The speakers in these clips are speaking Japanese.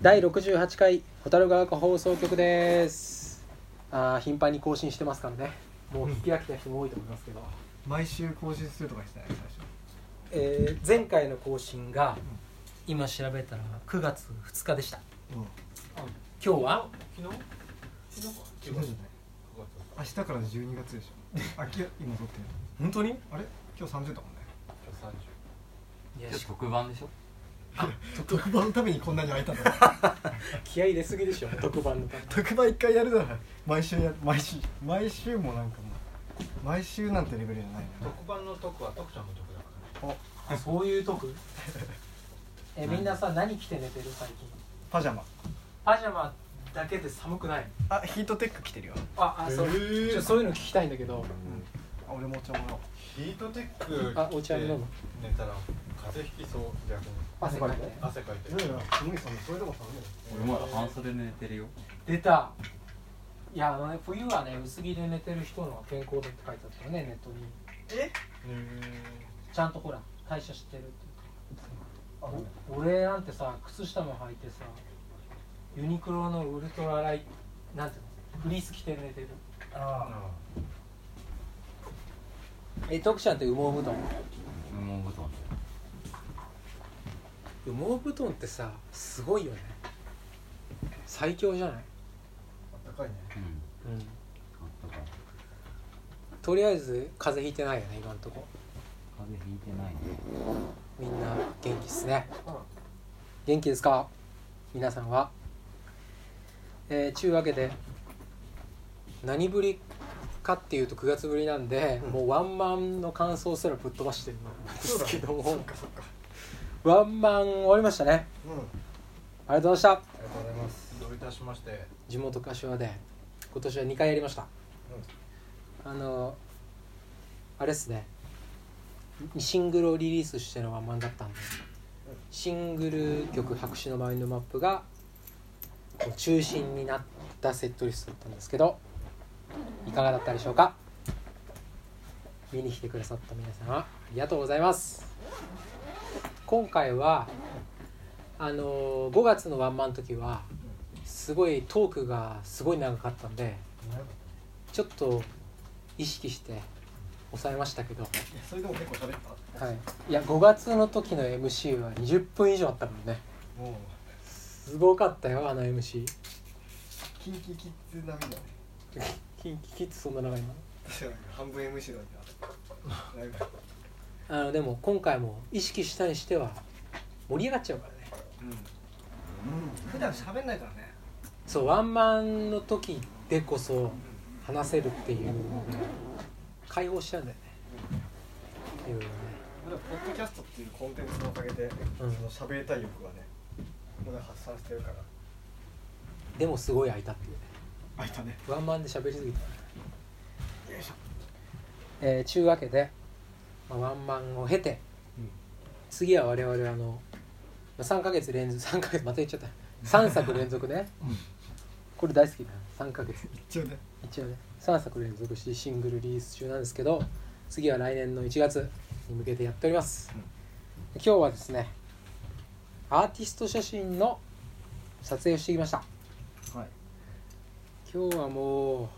第68回蛍ヶ丘放送局ですあー頻繁に更新してますからねもう聞き飽きた人も多いと思いますけど、毎週更新するとかしてない最初えー前回の更新が今調べたら9月2日でしたうん今日は昨日昨日か昨日じゃない明日から12月でしょあき今撮ってる本当にあれ今日30だもんねいや黒板でしょ 特番のためにこんなに空いたの気合い入れすぎでしょ特番のため 特番一回やるなら毎週やる毎週毎週もなんかもう毎週なんてレベルじゃないな特番の徳は徳ちゃんの徳だからね あそういう特 えみんなさ何着て寝てる最近パジャマパジャマだけで寒くないあヒートテック着てるよ、ああそう、えーちょそういうの聞きたいんだけどうん、あ俺もお茶もらおうヒートテックあお茶飲む寝たら風邪ひきそう逆に汗かいて汗かいてや無理そんなそれでも寒いよ俺まだ半袖で寝てるよ出たいやあのね冬はね薄着で寝てる人の方が健康だって書いてあったよねネットにちゃんとほら代謝してるっていうかお俺なんてさ靴下も履いてさユニクロのウルトラライなんていうのフリース着て寝てるあえ徳ちゃんって羽毛布団もう布団羽毛布団ってさすごいよね最強じゃない、暖かいねうんうん、あったかとりあえず風邪ひいてないよね今んとこ風邪ひいてないねみんな元気ですね、元気ですか皆さんはえー、ちゅうわけで何ぶりかっていうと9月ぶりなんで、もうワンマンの感想すらぶっ飛ばしてるんですけども、そっかワンマン終わりましたねうんありがとうございましたありがとうございますどういたしまして地元柏で今年は2回やりました、あのあれっすねシングルをリリースしてのワンマンだったんでシングル曲「白紙のマインドマップが」こう中心になったセットリストだったんですけどいかがだったでしょうか見に来てくださった皆さんありがとうございます今回はあの5月のワンマンの時はすごいトークがすごい長かったんでちょっと意識して抑えましたけど、いやそれでも結構喋ったはい、いや5月の時の MC は20分以上あったからねもうすごかったよあの MC キンキキッズ並みだねキンキキってそんな長いの確かに 半分 MC だねあ れライブあのでも今回も意識したにしては盛り上がっちゃうからねうん普段喋んないからねそうワンマンの時でこそ話せるっていう解放しちゃうんだよねいろいろねポッドキャストっていうコンテンツのおかげで、んその喋りたい欲がねこれ発散してるからでもすごい空いたっていうねあいたねワンマンで喋りすぎた。えー、ちゅうわけで、まあ、ワンマンを経て、次は我々あの、まあ、3ヶ月連続3ヶ月また言っちゃった3作連続ね、これ大好きな3ヶ月一応ね一応ね3作連続してシングルリリース中なんですけど次は来年の1月に向けてやっております、うん今日はですねアーティスト写真の撮影をしてきましたはい今日はもう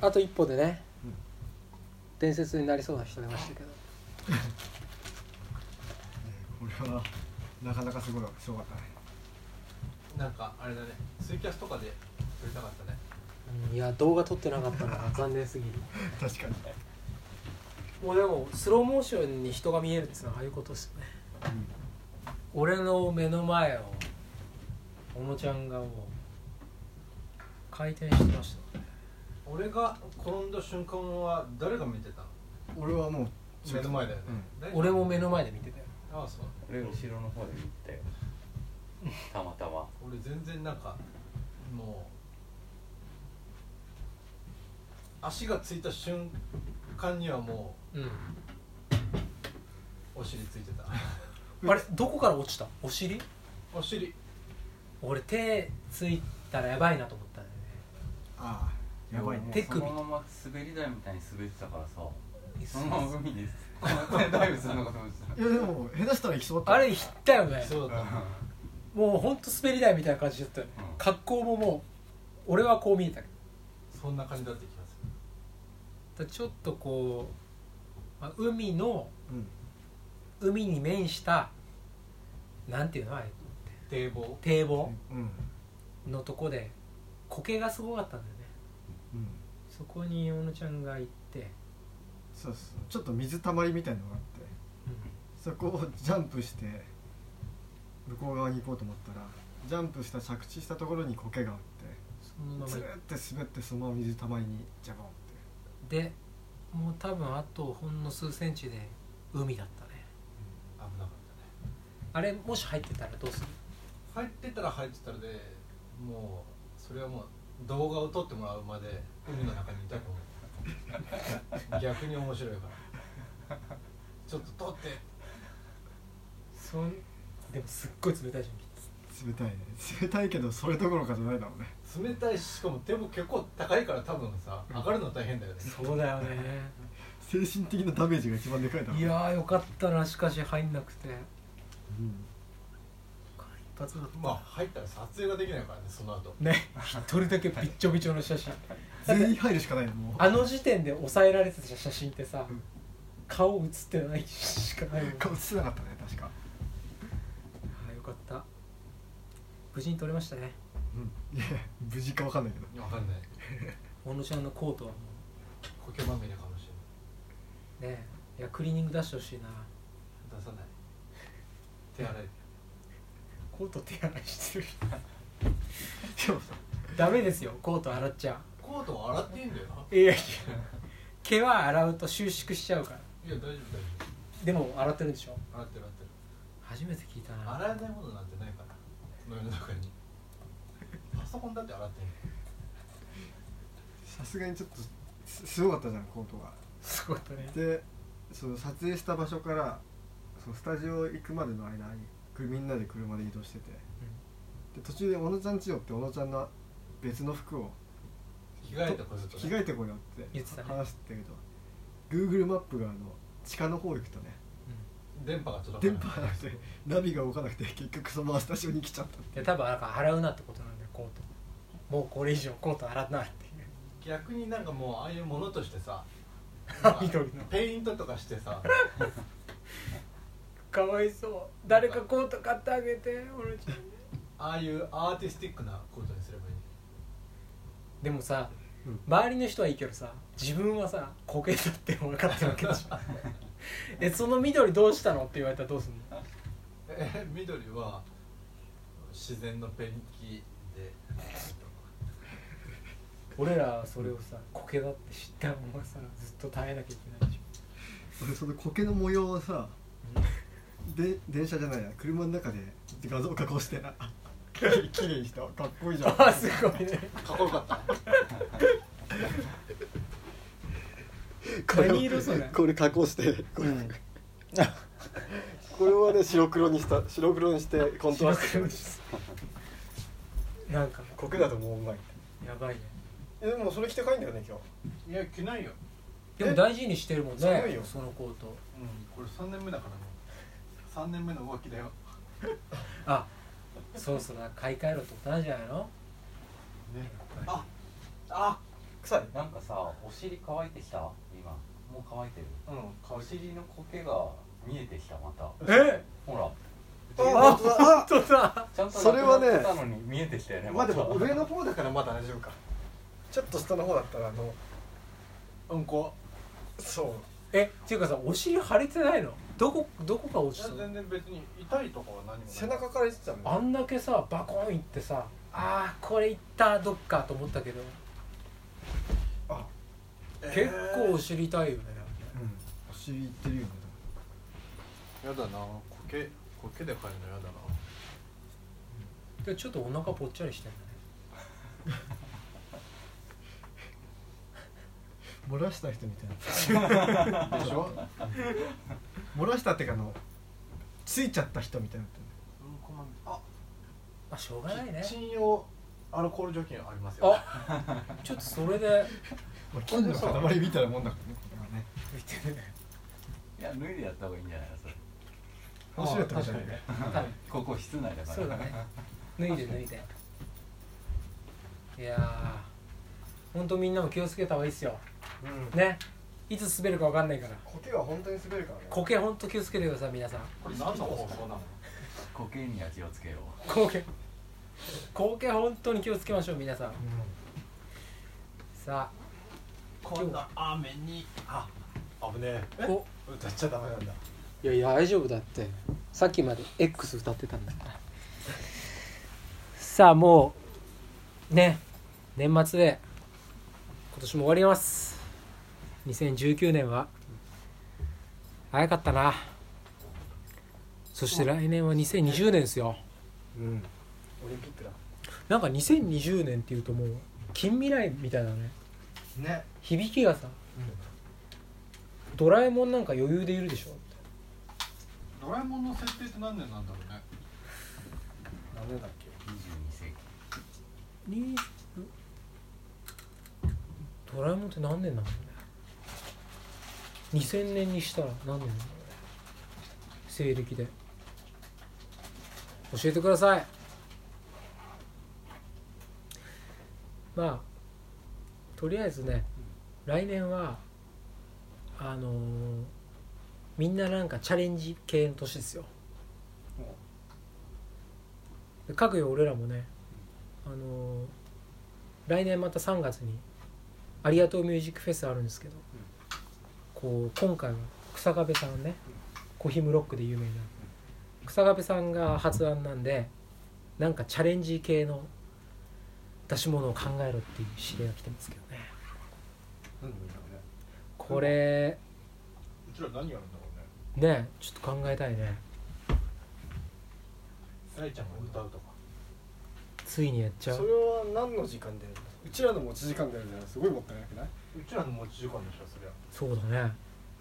あと一歩でね、うん伝説になりそうな人出ましたけどこれはなかなかすごいすごかったねなんかあれだねツイキャスとかで撮りたかったねうんいや動画撮ってなかったな残念すぎる 確かに、もうでもスローモーションに人が見えるっていうのはああいうことですよね俺の目の前をおもちゃんがもう回転してましたね俺が転んだ瞬間は誰が見てたの俺はもう目の前だよね誰俺も目の前で見てたよああそう俺後ろの方で見たよ たまたま俺全然なんかもう足がついた瞬間にはもうんうお尻ついてたあれどこから落ちたお尻お尻俺手ついたらやばいなと思ったんだよねああやばいね手首そのまま滑り台みたいに滑ってたからさ そのまま海にこうやってダイブするのかと思っていやでも下手したら行きそうだったあれ行ったよねそうだったたもうほんと滑り台みたいな感じだったよね うん格好ももう俺はこう見えたけどそんな感じだって気がするだからちょっとこう、まあ、海のうん海に面したなんていうのあれ堤防堤防うんのとこで苔がすごかったんだよねうんそこに小野ちゃんが行って、そうそうちょっと水たまりみたいのがあってそこをジャンプして向こう側に行こうと思ったらジャンプした着地したところに苔があっそのまてまず行ーっって滑ってそのまま水たまりにジャボンってでもう多分あとほんの数センチで海だったね危なかったあれもし入ってたらどうするね入ってたら入ってたらでもうそれはもう動画を撮ってもらうまで海の中にいたくない逆に面白いからちょっと撮ってそんでもすっごい冷たいじゃんきっと冷たいね冷たいけどそれどころかじゃないだろうね冷たいししかも手も結構高いから多分さ上がるの大変だよねそうだよね精神的なダメージが一番でかいだろういねやーよかったなしかし入んなくてうん一発だったまあ入ったら撮影ができないからねその後ね一人だけびっちょびちょの写 真全員入るしかないのもうあの時点で抑えられてた写真ってさうん顔写ってないしかないもん顔映せなかったね確かあーよかった無事に撮れましたねうんいや無事かわかんないけどいやわかんない小野ちゃんのコートはもコケまみれかもしれうねいやクリーニング出してほしいなない出さない手洗いコート手洗いしてるでもさダメですよコート洗っちゃコートを洗っていいんだよなういやいや毛は洗うと収縮しちゃうからいや大丈夫大丈でも洗ってるんでしょ夫洗ってる洗ってる初めて聞いたな洗えないものなんてないからこの世の中にパソコンだって洗ってるさすがにちょっとすすごかったじゃんコートがすごかったねでその撮影した場所からそのスタジオ行くまでの間にくみんなで車で移動してて、で途中で小野ちゃんちよって小野ちゃんの別の服を着替えてこようと着替えてこいよって言ってたね話してたけど Google マップがあの地下の方行くとね電波が届電か波がないなくてナビが動かなくて結局そのままスタジオに来ちゃったってで多分なんか洗うなってことなんだよコートもうこれ以上コート洗わないっていう逆になんかもうああいうものとして さ緑のペイントとかしてさ かわいそう誰かコート買ってあげて俺ちゃんにああいうアーティスティックなコートにすればいい でもさ、うん周りの人はいいけどさ自分はさ苔だって分かってるわけでしょ えその緑どうしたのって言われたらどうすんの え緑は自然のペンキで 俺らはそれをさ苔だって知ったままさずっと耐えなきゃいけないでし俺その苔の模様をさょで電車じゃないや車の中で画像加工して な綺麗綺麗にしたかっこいいじゃん あすごいねかっこよかったこれを何色それこれ加工してこれ,、これはね白黒にした白黒にしてコントラスト なんかコケだともううまいやばいねえでもそれ着て帰んだよね今いや着ないよ、でも大事にしてるもんね寒いよそのコートうん、これ3年目だからもう3年目の浮気だよ、あそろそろ買い替えろってことなんじゃないのね、ああ臭いなんかさお尻乾いてきた今もう乾いてるうんお尻の苔が見えてきたまたえほらあ本当本だ当だちゃんとそれはねなくなってたのに見えてきたよねあまあでも た上の方だからまだ大丈夫かちょっと下の方だったらあのうんこそう えっていうかさお尻腫れてないのどこどこがい落ちやたの全然別に痛いとかは何もない背中からいってたもんねあんだけさバコンいってさあーこれいったどっかと思ったけどあ結構お尻痛いよねうんお尻いってるよねやだな苔苔で帰るのやだなでちょっとお腹ぽっちゃりしてんだね漏らした人みたいな でしょ漏らしたってかあのついちゃった人みたいになってるうんこまみあまあしょうがないね信用アルコール除菌ありますよあちょっとそれでまあ、金の塊みたいなもんだからねこれはね見てねいや脱いでやった方がいいんじゃないのそれ面白いとこじゃ確なかいにかねここ室内だからそうだね脱いで脱いでいやーほんとみんなも気をつけた方がいいっすようんねいつ滑るかわかんないから苔は本当に滑るからね苔ほんと気をつけてください皆さんこれ何の放送なの苔には気をつけよう苔苔ほんとに気をつけましょう皆さんうさこんな雨にあ危ねあおえ歌っちゃダメなんだいやいや大丈夫だってさっきまで X 歌ってたんだからさあもうね年末で今年も終わります2019年は早かったなそして来年は2020年ですよん、うん、オリンピックだなんか2020年っていうともう近未来みたいなねね響きがさ「ドラえもん」なんか余裕でいるでしょドラえもんの設定って何年なんだろうね何年だっけ22世紀にドラえもんって何年なんだろうね2000年にしたら何年なんだろうね西暦で教えてくださいまあとりあえずね来年はあのーみんななんかチャレンジ系の年ですよで各よ俺らもねあのー来年また3月に「ありがとうミュージックフェス」あるんですけど、こう今回は草壁さんね、コヒムロックで有名な草壁さんが発案なんでなんかチャレンジ系の出し物を考えろっていう指令が来てますけどね何年だろうねこれうちら何やるんだろうねねちょっと考えたいね大ちゃんが歌うとかついにやっちゃそれうは何の時間でやるのうちらの持ち時間でやるならすごいもったいなくないうちらの持ち時間でしょそりゃそうだね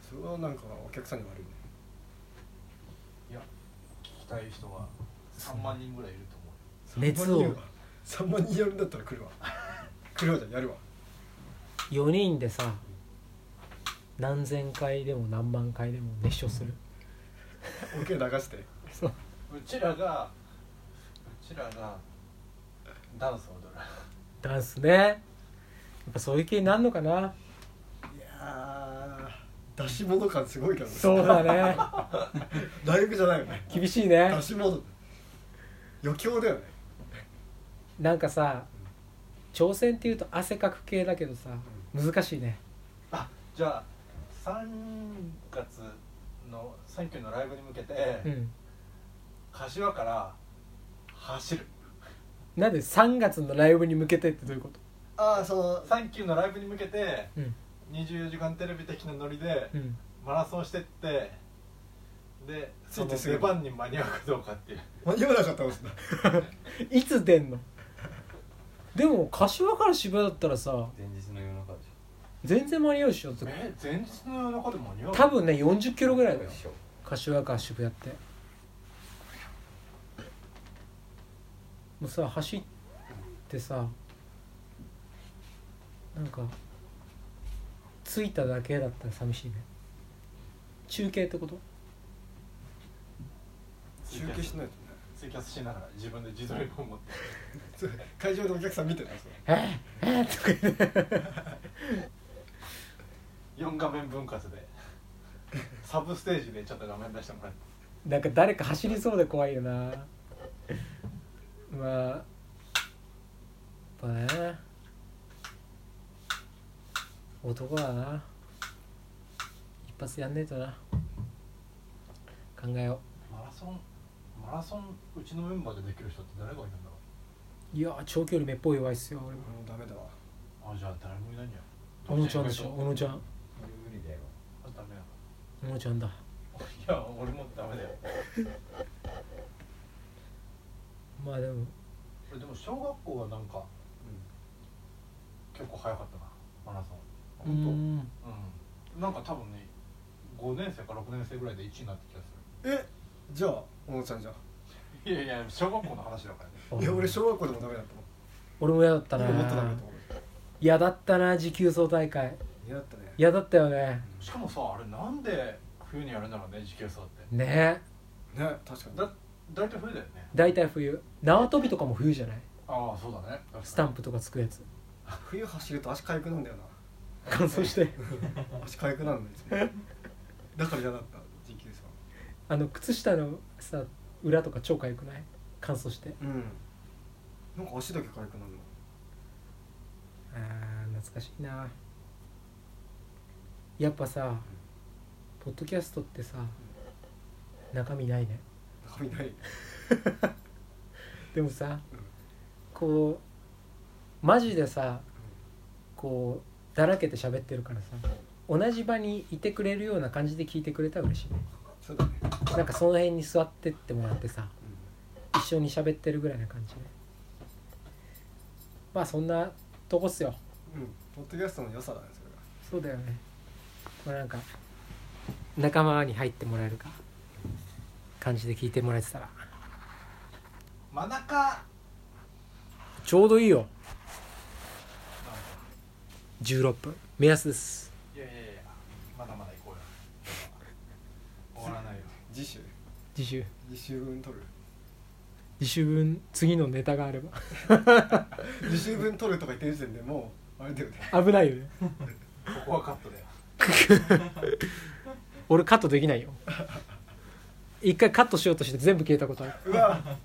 それはなんかお客さんに悪いね聞きたい人は3万人ぐらいいると思う熱を3万人やるんだったら来るわ来るわじゃんやるわ4人でさ何千回でも何万回でも熱唱するオケ流してそううちらがうちらがダンスを踊るダンスねやっぱそういう系になんのかないやー出し物感すごいけどねそうだね大学じゃないよね厳しいね出し物余興だよねなんかさ挑戦っていうと汗かく系だけどさ難しいねあじゃあ3月の選挙のライブに向けて、うん柏から走るなんで3月のライブに向けてってどういうことああそのサンキューのライブに向けてうん24時間テレビ的なノリでうんマラソンしてってでついそてのすぐ出番に間に合うかどうかっていう間に合わなかったもんねいつ出んのでも柏から渋谷だったらさ前日の夜中でし全然間に合うっしょだってえ前日の夜中でも間に合う多分ね4 0キロぐらいだよょ柏から渋谷ってもうさ走ってさなんか着いただけだったら寂しいね中継ってことツイキ中ャ継スしないとツイキャスしながら自分で自撮りを持ってね会場でお客さん見てたそれえええとか言って4画面分 割でサブステージでちょっと画面出してもらってなんか誰か走りそうで怖いよなまあやっぱね男はな一発やんねえとな考えよマラソンマラソンうちのメンバーでできる人って誰がいるんだろういや長距離めっぽい弱いっすよ俺俺もうダメだわうあじゃあ誰もいないんじゃ小野ちゃんでしょ小野ちゃん無理だよあダメだ小野ちゃんだいや俺もダメだよまあでもでも小学校はなんか、結構早かったなマラソうンーんうんなんか多分ね5年生か6年生ぐらいで1位になった気がすえじゃあ小野ちゃんじゃるいやいや小学校の話だからねんいや俺小学校でもダメだったもん俺も嫌だったな今もっとダメだと思う嫌だったな持久走大会嫌だったね嫌だったよねしかもさあれなんで冬にやるんだろうね持久走ってねえね確かにだ大体冬だよね大体冬縄跳びとかも冬じゃないああそうだねスタンプとかつくやつ冬走ると足痒くなんだよ乾燥してな足痒くなるのいつもだから嫌だった時給さあの靴下のさ裏とか超かゆくない乾燥してんうんなんか足だけ痒くなるのあー懐かしいなやっぱさポッドキャストってさ中身ないね中身ないでもさうんこうマジでさこうだらけて喋ってるからさ同じ場にいてくれるような感じで聞いてくれたら嬉しいねそうだねなんかその辺に座ってってもらってさ一緒に喋ってるぐらいな感じねまあそんなとこっすようん、うん、ポッドキャストの良さだねそれがそうだよねまあなんか仲間に入ってもらえるか感じで聞いてもらえてたら真ん中ちょうどいいよ16分目安ですいやいやいやまだまだ行こうよ終わらないよ次週次週2週分撮る次週分次のネタがあれば2週分撮るとか言ってる時点でもうあれだよね 危ないよね ここはカットだよ俺カットできないよ一回カットしようとして全部消えたことあるうわ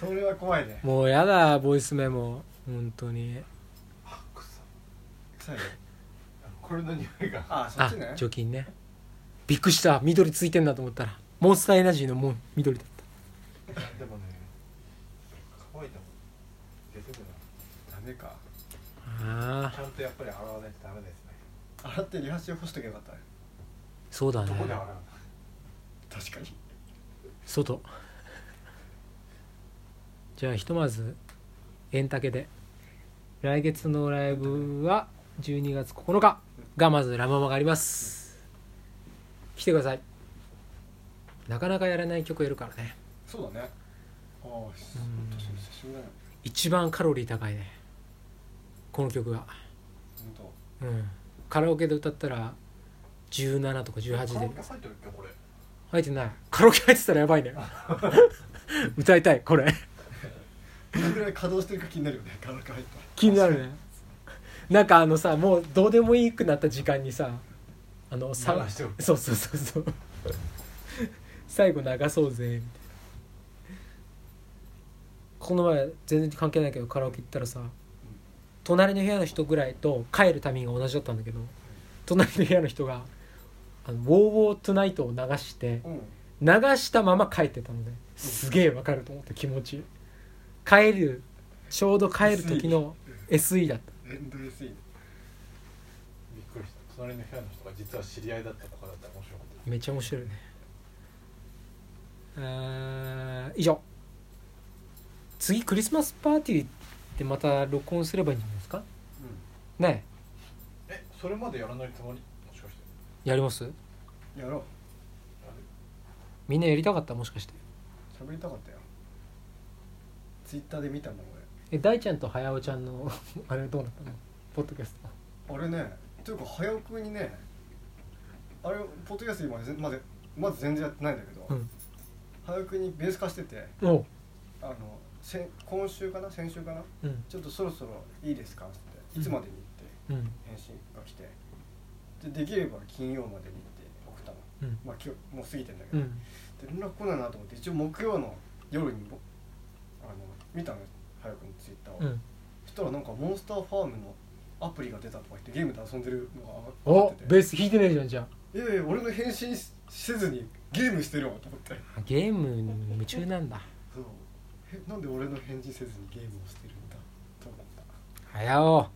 それは怖いねもうやだボイスメモ本当にあくそ臭いねこれの匂いがあそっあちね除菌ねびっくりした緑ついてんだと思ったらモンスターエナジーのもん緑だったでもね乾いたもん出てくるダメかあなちゃんとやっぱり洗わないとダメですね洗ってリハしを干しとけばよかったねそうだねどこで洗うの確かに外じゃあひとまず円竹で来月のライブは12月9日がまずラ・ママがあります来てくださいなかなかやらない曲やるからねそうだねああ確かんに久しぶりだね一番カロリー高いねこの曲が本うんカラオケで歌ったら17とか18カラでオケ入ってるっけこれ入ってないカラオケ入ってたらやばいね歌いたいこれ当どれぐらい稼働してるか気になるよねガラガラ入った気になるねなんかあのさもうどうでもいいくなった時間にさあのさ流しておそうそうそうそう最後流そうぜみたいなこの前全然関係ないけどカラオケ行ったらさ隣の部屋の人ぐらいと帰るタイミングが同じだったんだけど隣の部屋の人が「あのウォーウォートゥナイト」を流してうん流したまま帰ってたのですげえわかると思って気持ち帰るちょうど帰る時の SE だったエンドレスいいねびっくりした隣の部屋の人が実は知り合いだったとかだったら面白かっためっちゃ面白いねあー以上次クリスマスパーティーってまた録音すればいいんじゃないですかねえそれまでやらないつもりもしかしてえやりますうんやろうあれみんなやりたかったもしかして喋りたかったよツイッターで見たもんえ大ちゃんと早尾ちゃんの あれどうなったのポッドキャスト俺俺ねというか早尾君にねあれポッドキャスト今までまず全然やってないんだけど、うん早尾君にベース化してておうあの先今週かな先週かなうんちょっとそろそろいいですかってうんいつまでにうんって返信が来てでできれば金曜までにって送ったのうんまあ今日もう過ぎてんだけうど、んで連絡来ないなと思って一応木曜の夜にぼあの見たの早くにツイッターを、うんそしたらなんかモンスターファームのアプリが出たとか言ってゲームで遊んでるのが上がおってベてース弾いてないじゃんじゃいやいや俺の返信しせずにゲームしてるわと思ってあゲームに夢中なんだそうえなんで俺の返事せずにゲームをしてるんだと思った早尾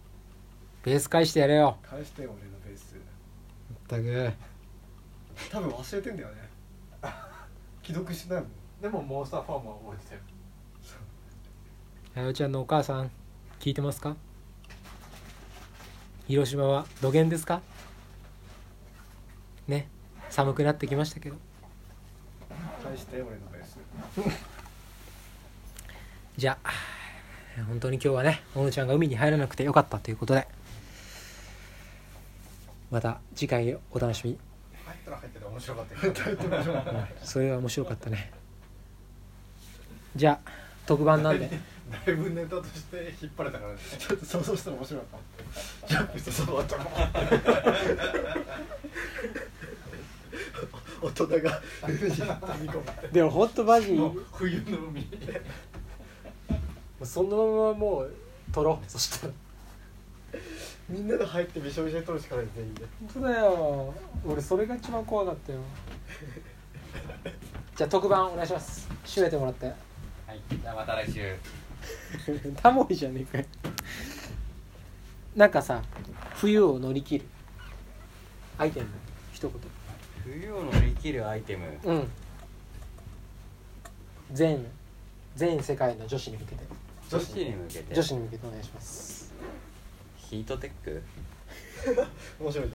ベース返してやれよ返してよ俺のベースまったく多分忘れてんだよ ね既読してないもんでもモンスターファームは覚えてたよあよちゃんのお母さん聞いてますか広島は土源ですかね寒くなってきましたけど返してよ俺のベースじゃあ本当に今日はね小野ちゃんが海に入らなくてよかったということでまた次回をお楽しみにはいったら入ってたら面白かったけど うんそれは面白かったねじゃあ特番なんでだいぶネタとして引っ張れたからねちょっと想像したら面白かったジャンプしてそうだ った大人 が 海に飛び込 むでも本当マジもう冬の海そのままもう撮ろうそしたらみんなで入ってびしょびしょに撮るしかない全員で本当だよ俺それが一番怖かったよじゃあ特番お願いします締めてもらってはい、じゃあまた来週。 タモリじゃねえかよなんかさ冬を乗り切るアイテム一言冬を乗り切るアイテム。うん全全世界の女子に向けて女子に向けて。女子に向けてお願いしますヒートテック。面白い